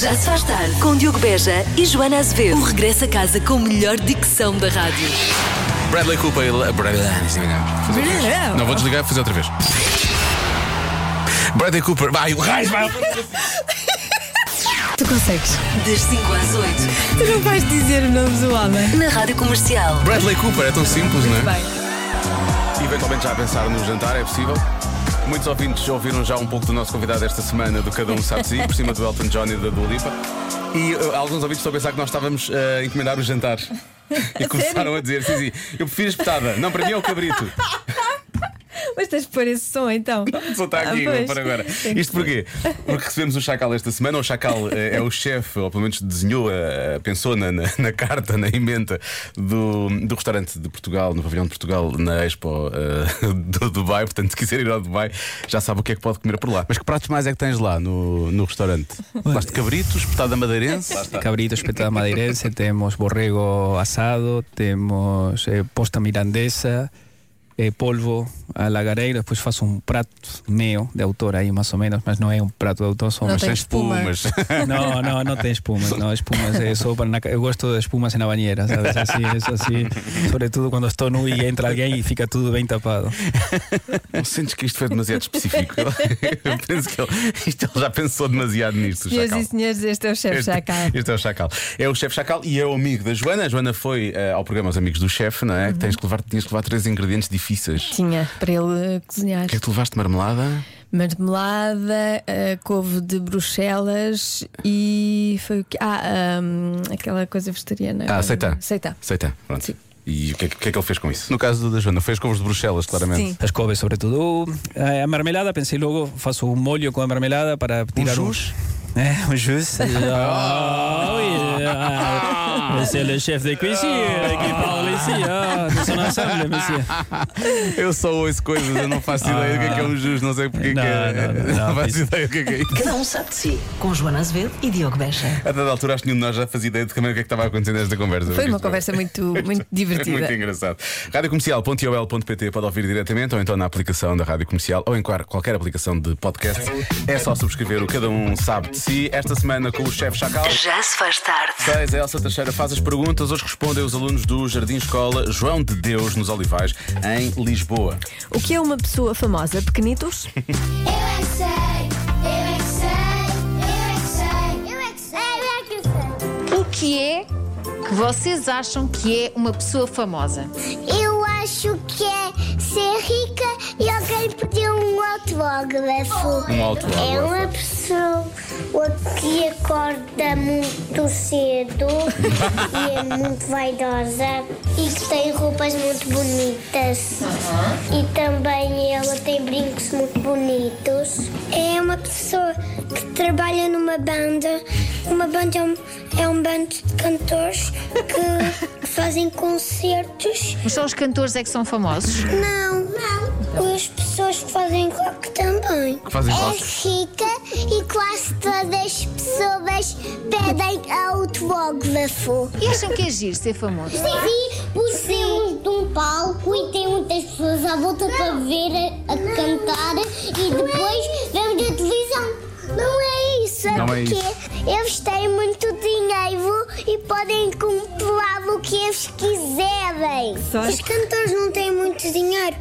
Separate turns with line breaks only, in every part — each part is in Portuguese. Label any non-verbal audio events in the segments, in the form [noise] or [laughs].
Já se faz tarde com Diogo Beja e Joana Azevedo. O regresso a casa com a melhor dicção da rádio.
Bradley Cooper e Le- Bradley- Ah, é Fazer outra vez. Não vou desligar, vou fazer outra vez. Bradley Cooper, vai, o raio, vai.
Tu consegues.
Das 5 às
Tu não vais dizer o nome do homem.
8, na Rádio Comercial.
Bradley Cooper, é tão simples, não é?
Bem,
Eventualmente já a pensar no jantar, é possível? Muitos ouvintes ouviram já um pouco do nosso convidado esta semana, do Cada Um Sabe de Si, por cima do Elton John e da Dua Lipa. E uh, alguns ouvintes estão a pensar que nós estávamos uh, a encomendar os jantares. E começaram a dizer, sim, sim, eu prefiro espetada. Não, para mim é o cabrito.
mas tens de pôr esse som então.
[laughs] Só está aqui,
Ah,
vou
pois.
para agora.
Tem que
Isto porquê? Porque recebemos o Chacal esta semana. O Chacal eh, é o chefe, ou pelo menos desenhou, eh, pensou na, na- na carta, na emenda do, do restaurante de Portugal, no pavilhão de Portugal, na Expo eh, [laughs] do Dubai. Portanto, se quiser ir ao Dubai, já sabe o que é que pode comer por lá. Mas que pratos mais é que tens lá no, no restaurante? Faz de cabritos, espetada madeirense.
Este Cabrito espetada madeirense, [laughs] temos borrego asado, temos eh, posta mirandesa, eh, polvo a lagareira, depois faço um prato meu de autor aí mais ou menos, mas não é um prato de autor, são
Não
[laughs]
umas-
tem espuma. [laughs]
Não, não, não tem espumas, não, espumas é só para na, eu gosto de espumas na banheira, sabes? Assim, isso assim, sobretudo quando estou nu e entra alguém e fica tudo bem tapado.
Não sentes que isto foi demasiado
[laughs]
específico? Eu penso que ele, isto ele já pensou demasiado nisto. o
Senhoras
Chacal.
e senhores, este é o chefe
Este,
Chacal.
este é o Chacal. É o chefe Chacal e é o amigo da Joana. A Joana foi eh, ao programa Os Amigos do Chefe, não
Uhum.
é? Que Tens que levar, tinhas que levar três ingredientes difíceis.
Tinha para ele eh, cozinhar
O que é que tu levaste? Marmelada?
marmelada, eh, couve de Bruxelas e foi o que. Ah, ahm, aquela coisa vegetariana.
Ah, seitã.
Seitã.
Seitã, pronto.
Sim.
E o que, é que- o que é que ele fez com isso? No caso da Joana, foi as couves de Bruxelas, claramente.
Sim.
As couves, sobretudo. Eh, A marmelada, pensei logo, faço um molho com a marmelada para tirar
jus?
Um, é, um jus. Ah, oui. Ah, Monsieur le chef de cuisine qui parle ici. Ah, nous sommes ensemble, monsieur.
Eu só ouço coisas, eu não faço ideia do que é que é um jus, não sei porque é
Não,
que é.
não, não,
[laughs]
não,
faço
isso-
ideia do que é que é isso.
Cada um sabe de si. Com Joana Azevedo e Diogo Beja.
A dada altura, acho que nenhum de nós já fazia ideia de também o que é que estava acontecendo nesta conversa.
Foi
Porque [laughs]
uma
isto- é-
conversa muito, muito divertida.
Muito engraçado. Radiocomercial.ioel.pt pode ouvir diretamente ou então na aplicação da Rádio Comercial ou em qual- qualquer aplicação de podcast. É só subscrever o Cada Um Sabe de Si. Esta semana com o chefe Chacal.
Já se faz tarde.
Seis, a Elsa Teixeira faz as perguntas. Hoje respondem os alunos do Jardim Escola João de Deus nos Olivais, em Lisboa.
O que é uma pessoa famosa? Pequenitos?
Eu é que sei, eu é que sei, eu é que sei, eu é que sei, eu é que sei,
O que é que vocês acham que é uma pessoa famosa?
Eu acho que é ser rica e alguém pedir um autógrafo.
Um autógrafo.
É uma pessoa que acorda muito cedo
[laughs]
e é muito vaidosa e que tem roupas muito bonitas. E também ela tem brincos muito bonitos. É uma pessoa que trabalha numa banda. Uma banda é um, é um bando de cantores
[laughs]
que fazem concertos.
Mas só os cantores é que são famosos?
Não, não. As pessoas que fazem rock também.
Que Então. fazem rock?
É rica e quase todas as pessoas pedem autógrafo.
E acham que é giro ser famoso?
Vi por cima de um palco e tem muitas pessoas à volta para ver a, cantar e depois vemos a televisão. é Não é isso, é
Não é
porque
isso.
eles têm muito dinheiro e podem comprar o que eles quiserem.
Só-
Os cantores não têm muito dinheiro,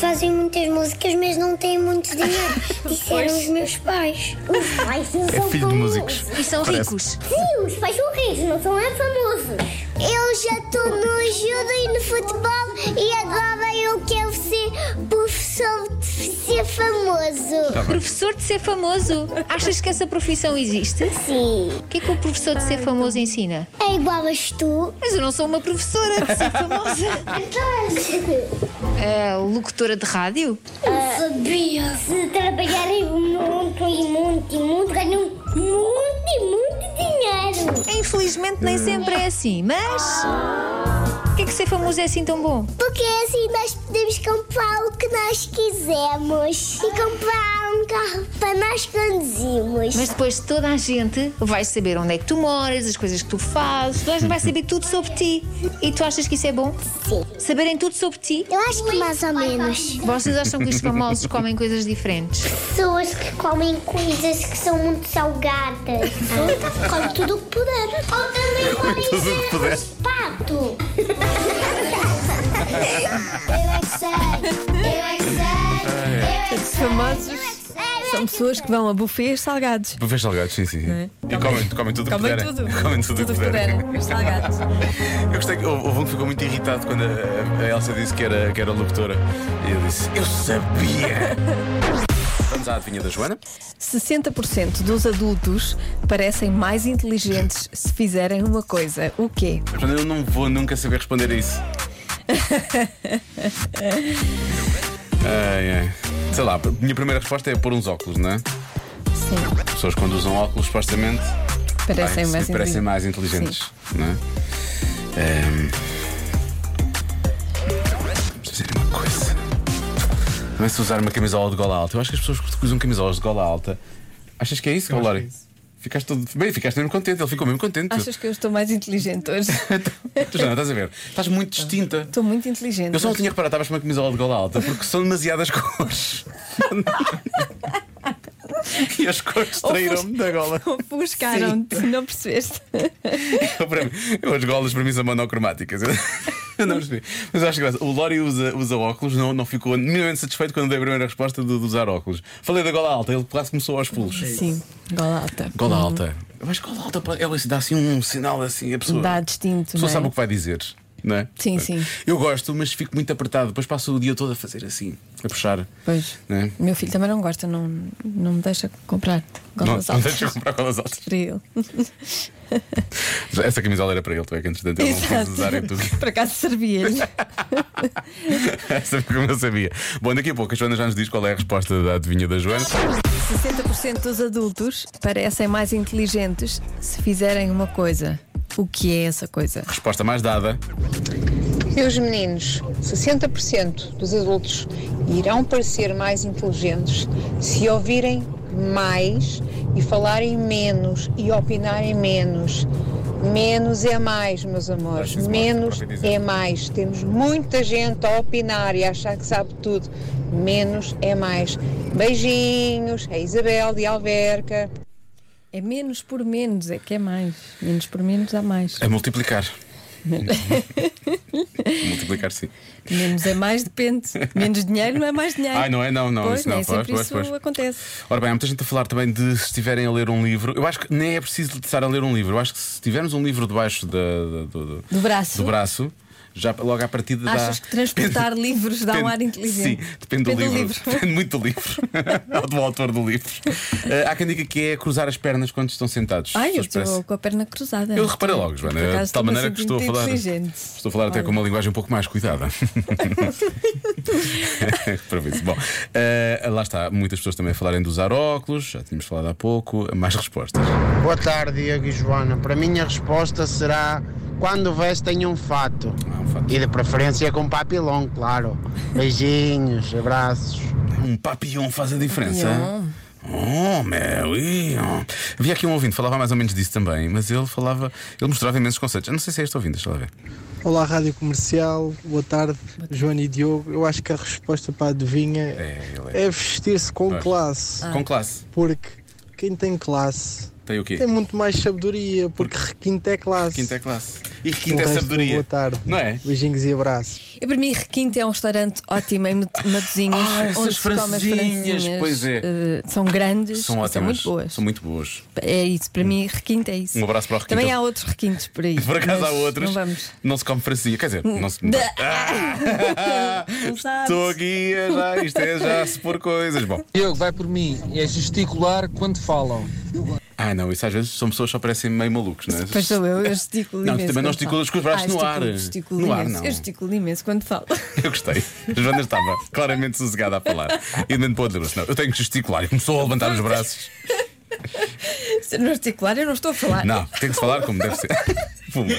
fazem muitas músicas, mas não têm muito [laughs] dinheiro. Disseram os meus pais. Os pais não
É filho de músicos.
E são
Parece.
ricos?
Sim, os pais são ricos, não são é famosos. Eu já estou no judo e no futebol e agora eu quero ser professor de ser famoso.
Professor de ser famoso? Achas que essa profissão existe?
Sim.
O que é que o professor de ser famoso ensina?
É igual as tu.
Mas eu não sou uma professora de ser famosa. [laughs]
Então,
É, locutora de rádio?
sabia. Ah. Se trabalharem muito e muito e muito, ganham muito e muito dinheiro.
Infelizmente nem sempre é assim, mas. O
Porquê que ser famoso é assim tão bom?
Porque assim nós podemos comprar o que nós quisermos e comprar um carro para nós conduzirmos.
Mas depois toda a gente vai saber onde é que tu moras, as coisas que tu fazes, toda a gente vai saber tudo sobre ti. E tu achas que isso é bom?
Sim.
Saberem tudo sobre ti?
Eu acho que mais ou menos.
Vocês acham que os famosos comem coisas diferentes?
Pessoas que comem coisas que são muito salgadas. Comem tudo o que puder. Ah. Ou [laughs] também comem eh,
tudo o que puder.
os pato. Eu é que sei. Eu é que sei. Eu é que
Os
sei.
famosos
Eu
são
é que sei.
pessoas que vão a bufês salgados.
Para ver salgados, sim, sim. E comem, comem tudo o que
Comem
puderem.
tudo.
Comem tudo o que puderem.
mas salgados.
Eu gostei que houve houve um que ficou muito irritado quando a, a Elsa disse que era, que era locutora. E eu disse: Eu sabia! Vamos à adivinha da Joana.
60% dos adultos parecem mais inteligentes se fizerem uma coisa. O quê?
Joana, eu não vou nunca saber responder a isso. Ai, ai. Sei lá, a minha primeira resposta é pôr uns óculos, não é?
Sim,
Pessoas quando usam óculos, supostamente,
parecem
ai,
mais
se- parecem
inteligentes.
mais inteligentes, não é? Ehm, Vamos dizer uma coisa. Também se usar uma camisola de gola alta, eu acho que as pessoas que usam camisolas de gola alta. Achas que é isso, Lori? Ficaste todo. Bem, ficaste mesmo contente, ele ficou mesmo contente. [laughs] Então,
Achas que eu estou mais inteligente hoje?
Tu já não estás a ver? Estás muito distinta.
Estou muito inteligente.
Eu só não [laughs]
hoje.
tinha reparado, estavas com uma camisola de gola alta, porque são demasiadas [laughs] cores. e as cores traíram-me da gola.
Ofuscaram-te, não percebeste?
Eu, [laughs] para mim, eu, as golas para mim são monocromáticas. [laughs] Eu, eu não percebi. Mas eu acho graça. O Lori usa, usa óculos, não, não ficou minimamente satisfeito quando dei a primeira resposta de, de usar óculos. Falei da gola alta, ele quase começou aos pulos.
Sim, gola alta.
Gola alta. Mas gola alta, pá, ela dá assim um sinal assim, a pessoa.
Dá distinto,
A pessoa
não é?
sabe o que vai dizer. Não é?
Sim, sim.
Eu gosto, mas fico muito apertado. Depois passo o dia todo a fazer assim, a puxar.
Pois.
Não é?
Meu filho também não gosta, não, não me deixa comprar
Não,
golas
não
altas.
deixa eu comprar golas altas. [laughs]
Para ele.
Essa camisola era para ele, tu é que entretanto ele não pôs a usar em tudo.
Por acaso servia-lhe.
[laughs] Essa como eu sabia. Bom, daqui a pouco a Joana já nos diz qual é a resposta da adivinha da Joana.
60% dos adultos parecem mais inteligentes se fizerem uma coisa. O que é essa coisa?
Resposta mais dada.
Meus meninos, 60% dos adultos irão parecer mais inteligentes se ouvirem mais e falarem menos e opinarem menos. Menos é mais, meus amores.
Preciso mais,
Menos
próprio dizer.
é mais. Temos muita gente a opinar e a achar que sabe tudo. Menos é mais. Beijinhos, a Isabel de Alverca.
É menos por menos, é que é mais. Menos por menos dá mais.
A
[laughs]
multiplicar. multiplicar, sim.
Menos é mais, depende. Menos dinheiro não é mais dinheiro.
Ai, não é? Não, não,
Pois,
isso não.
nem
Pois,
sempre
pois,
isso
pois.
acontece.
Ora bem, há muita gente a falar também de se estiverem a ler um livro. Eu acho que nem é preciso estar a ler um livro. Eu acho que se tivermos um livro debaixo da- da- do, do-
Do braço.
do braço, já logo à partida dá.
Achas
[laughs]
que transportar livros dá um ar inteligente?
Sim, depende, do, livro. Depende muito do livro. [laughs] Ou do autor do livro. Eh, há quem diga que é cruzar as pernas quando estão sentados.
Ai, eu
As pessoas parecem-
estou com a perna cruzada.
Eu reparei logo,
Por
Joana,
acaso
de tal
me
maneira que
sentindo
estou a falar.
Inteligente.
Estou a falar até
Olha.
com uma linguagem um pouco mais
[laughs]
cuidada. Para ver se- Bom, eh, lá está. Muitas pessoas também a falarem de usar óculos, já tínhamos falado há pouco. Mais respostas.
Boa tarde, Diego e Joana. Para mim, a resposta será quando vestem um fato.
Ah, um fato.
E de preferência com papilão,
[laughs]
claro. Beijinhos, abraços.
Um papillon faz a diferença. Oh, meu, ih, oh. Havia aqui um ouvinte, falava mais ou menos disso também, mas ele falava, ele mostrava imensos conceitos. Eu não sei se é este ouvinte, deixa lá ver.
Olá, Rádio Comercial, boa tarde, Joana e Diogo. Eu acho que a resposta para a adivinha
É, ele é.
é vestir-se com
Pois.
classe,
Com classe.
porque quem tem classe
Tem o quê?
tem muito mais sabedoria, porque requinte é classe.
Quinta é classe. E
O
quinta é
resto,
sabedoria.
Boa tarde.
Não é?
Beijinhos e abraços.
Eu, para mim, Requinte é um restaurante ótimo em Mate- Matosinhos.
Ah, essas
onde se come as
francesinhas,
francesinhas,
pois é.
eh, são grandes,
São
e
ótimas.
são muito boas.
São muito boas.
É isso, para mim, Requinte é isso.
Um abraço para o Requinte.
Também há outros Requintes por
[laughs]
aí.
Por acaso
mas
há outras.
Não vamos. Hum.
Não se come francesinha. Quer dizer, não se.
[laughs]
Ah!
Não sabes.
Estou aqui, é já, isto é já a se pôr coisas. Bom,
Diogo, vai por mim, é gesticular quando falam.
ah não, isso às vezes são pessoas que só parecem meio malucos, não é?
Pois sou eu, eu gesticulo
Não, tu
imenso.
também não
quando
gesticulas
falo.
com os braços
Ah,
no ar.
gesticulo, Gesticulo
No ar,
imenso.
não.
Eu gesticulo imenso quando falo.
[laughs] Eu gostei. A Joana estava claramente sossegada a falar. E de pôde lembrar-se, não, eu tenho que gesticular. E começou a levantar os braços.
Se eu não gesticular, eu não estou a falar.
Não, tem que se falar como deve ser. Puma.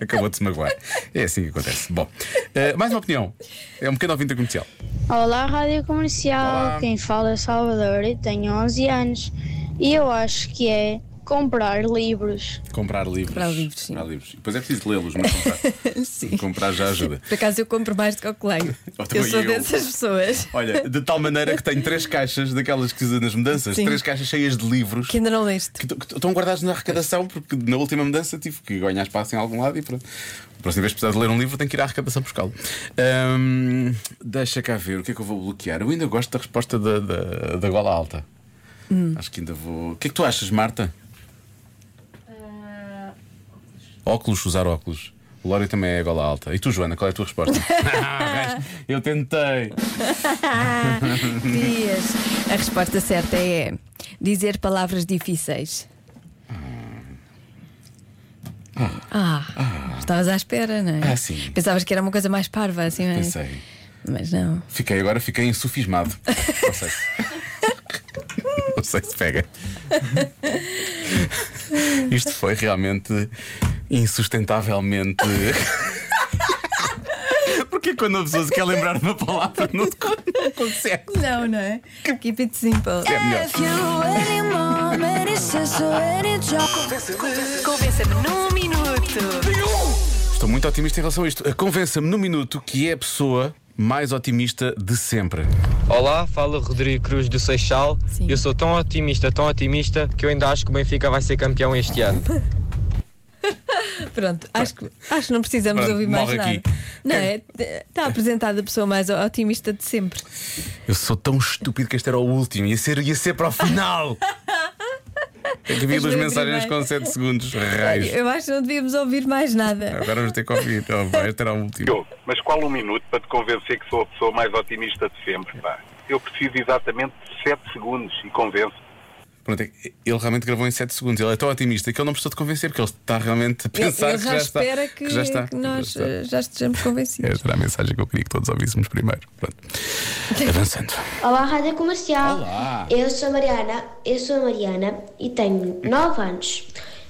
Acabou de se magoar. É assim que acontece. Bom, eh, mais uma opinião. É um pequeno ouvinte da comercial.
Olá, Rádio Comercial. Quem fala é Salvador e tenho 11 anos. E eu acho que é comprar livros.
Comprar livros.
Comprar livros, sim.
Comprar livros. Depois é preciso lê-los, mas comprar.
[laughs] [laughs] Sim.
comprar já ajuda.
Por acaso eu compro mais do que eu coleio.
também
eu sou
[laughs] eu.
dessas pessoas.
Olha, de tal maneira que tenho três caixas daquelas que se usa nas mudanças,
Sim.
três caixas cheias de livros.
Que ainda não leste.
que t- que estão guardados na arrecadação, porque na última mudança tive que ganhar espaço em algum lado e pronto. A próxima vez que precisar de ler um livro, tenho que ir à arrecadação buscá-lo. Ahm, deixa cá ver o que é que eu vou bloquear. Eu ainda gosto da resposta da, da, da gola alta. Acho que ainda vou. O que é que tu achas, Marta? Óculos, usar óculos. O Lório também é gola alta. E tu, Joana, qual é a tua resposta? [laughs] Ah, gajo, eu tentei.
Dias. A resposta certa é dizer palavras difíceis. Ah, estavas à espera, não é?
Ah, sim.
Pensavas que era uma coisa mais parva, assim, não é?
Pensei.
mas não.
Fiquei agora, fiquei insufismado. Não sei. Não sei se pega. Isto foi realmente insustentavelmente. Porque é quando a pessoa se quer lembrar de uma palavra, não se con- não consegue.
Não, não é? Keep it simple.
É melhor.
Convença-me num minuto.
Estou muito otimista em relação a isto. Convença-me num minuto que é a pessoa mais otimista de sempre.
Olá, fala Rodrigo Cruz do Seixal. Eu sou tão otimista, tão otimista, que eu ainda acho que o Benfica vai ser campeão este ano.
Pronto, acho que, acho que não precisamos
Pronto,
ouvir mais
morre
nada.
aqui.
Não é? Está apresentada a pessoa mais otimista de sempre.
Eu sou tão estúpido que este era o último. Ia ser, ia ser para o final. É que havia
Mas
duas
foi o
mensagens
primeiro.
com 7 segundos. Raios.
Eu acho que não devíamos ouvir mais nada.
Agora vamos ter que ouvir. Oh, vai, este era o último.
Diogo, mas qual um minuto para te convencer que sou a pessoa mais otimista de sempre, pá? Eu preciso exatamente de 7 segundos e convenço.
Pronto, é que ele realmente gravou em 7 segundos. Ele é tão otimista que ele não precisou de convencer, porque ele está realmente a
Ele,
pensar
ele
que
já,
já está.
espera que,
que já está.
que nós eh, já estejamos convencidos.
Esta era a mensagem que eu queria que todos ouvíssemos primeiro.
[laughs]
Pronto. Avançando.
Olá, Rádio Comercial.
Olá.
Eu sou a Mariana, eu sou a Mariana e tenho 9 anos.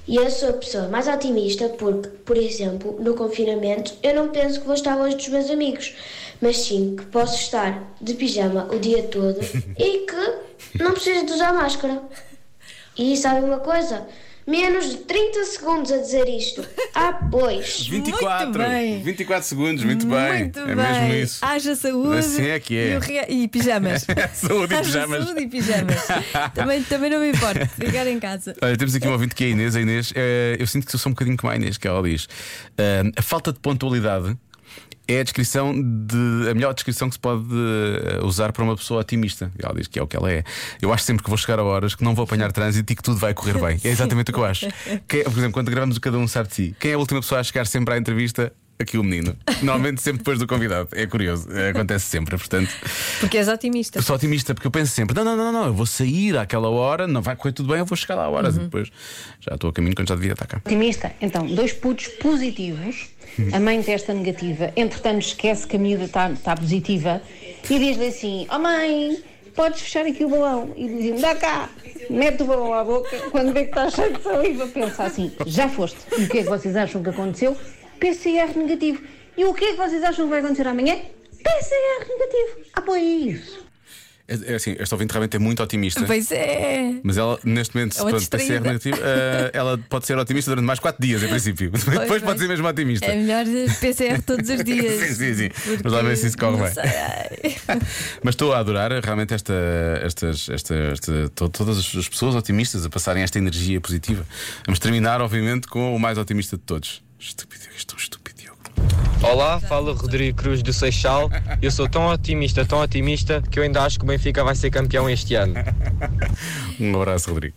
E eu sou a pessoa mais otimista porque, por exemplo, no confinamento eu não penso que vou estar longe dos meus amigos, mas sim que posso estar de pijama o dia todo e que não preciso de usar máscara. E sabe uma coisa? Menos de 30 segundos a dizer isto. Ah, pois.
24.
Muito bem.
24 segundos, muito, bem.
Muito
é
bem.
mesmo isso.
Haja saúde.
Assim é que é.
E, o rea- e pijamas.
[laughs] Saúde e
Haja
pijamas.
saúde e pijamas. também, também não me importa ficar em casa.
Olha, temos aqui um ouvinte que é a Inês. A Inês, eh, eu sinto que eu sou um bocadinho como a Inês, que ela diz. Ahm, a falta de pontualidade é a descrição de. a melhor descrição que se pode eh, usar para uma pessoa otimista. Ela diz que é o que ela é. Eu acho sempre que vou chegar a horas, que não vou apanhar trânsito e que tudo vai correr bem. É exatamente o que eu acho. Quem- é, por exemplo, quando gravamos o Cada Um Sabe de Si, quem é a última pessoa a chegar sempre à entrevista? Aqui o menino. Normalmente sempre depois do convidado. É curioso. Eh, Acontece sempre, portanto.
Porque és otimista.
Eu sou otimista porque eu penso sempre: não, não, não, não, eu vou sair àquela hora, não vai correr tudo bem, eu vou chegar lá a horas
Uhum.
e depois já estou a caminho quando já devia estar cá.
Otimista, então, dois putos positivos, a mãe testa negativa, entretanto esquece que a miúda está positiva e diz-lhe assim: Oh mãe, podes fechar aqui o balão? E dizem: Dá cá, mete o balão à boca, quando vê que está cheio de saliva, pensa assim: Já foste. E o que é que vocês acham que aconteceu? PCR negativo. E o que é que vocês acham que vai acontecer amanhã? PCR negativo. Ah, pois.
É, é assim, esta ouvinte realmente é muito otimista.
Pois é.
Mas ela, neste momento, se
É uma
pronto,
distraída.
PCR negativo, eh, ela pode ser otimista durante mais 4 dias, em princípio. depois
[laughs] Pois,
pode
pois.
ser mesmo otimista.
É melhor PCR todos os dias.
[laughs] Sim, sim, sim.
Porque
Vamos lá ver se isso corre
não
bem.
sei.
Mas estou a adorar realmente esta, estas, esta, esta- to- todas as pessoas otimistas a passarem esta energia positiva. Vamos terminar, obviamente, com o mais otimista de todos. Estúpido, és tão estúpido.
Olá, fala Rodrigo Cruz do Seixal. Eu sou tão otimista, tão otimista, que eu ainda acho que o Benfica vai ser campeão este ano.
Um abraço, Rodrigo.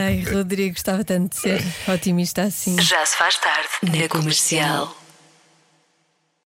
Ai, Rodrigo, gostava tanto de ser otimista assim.
Já se faz tarde na comercial.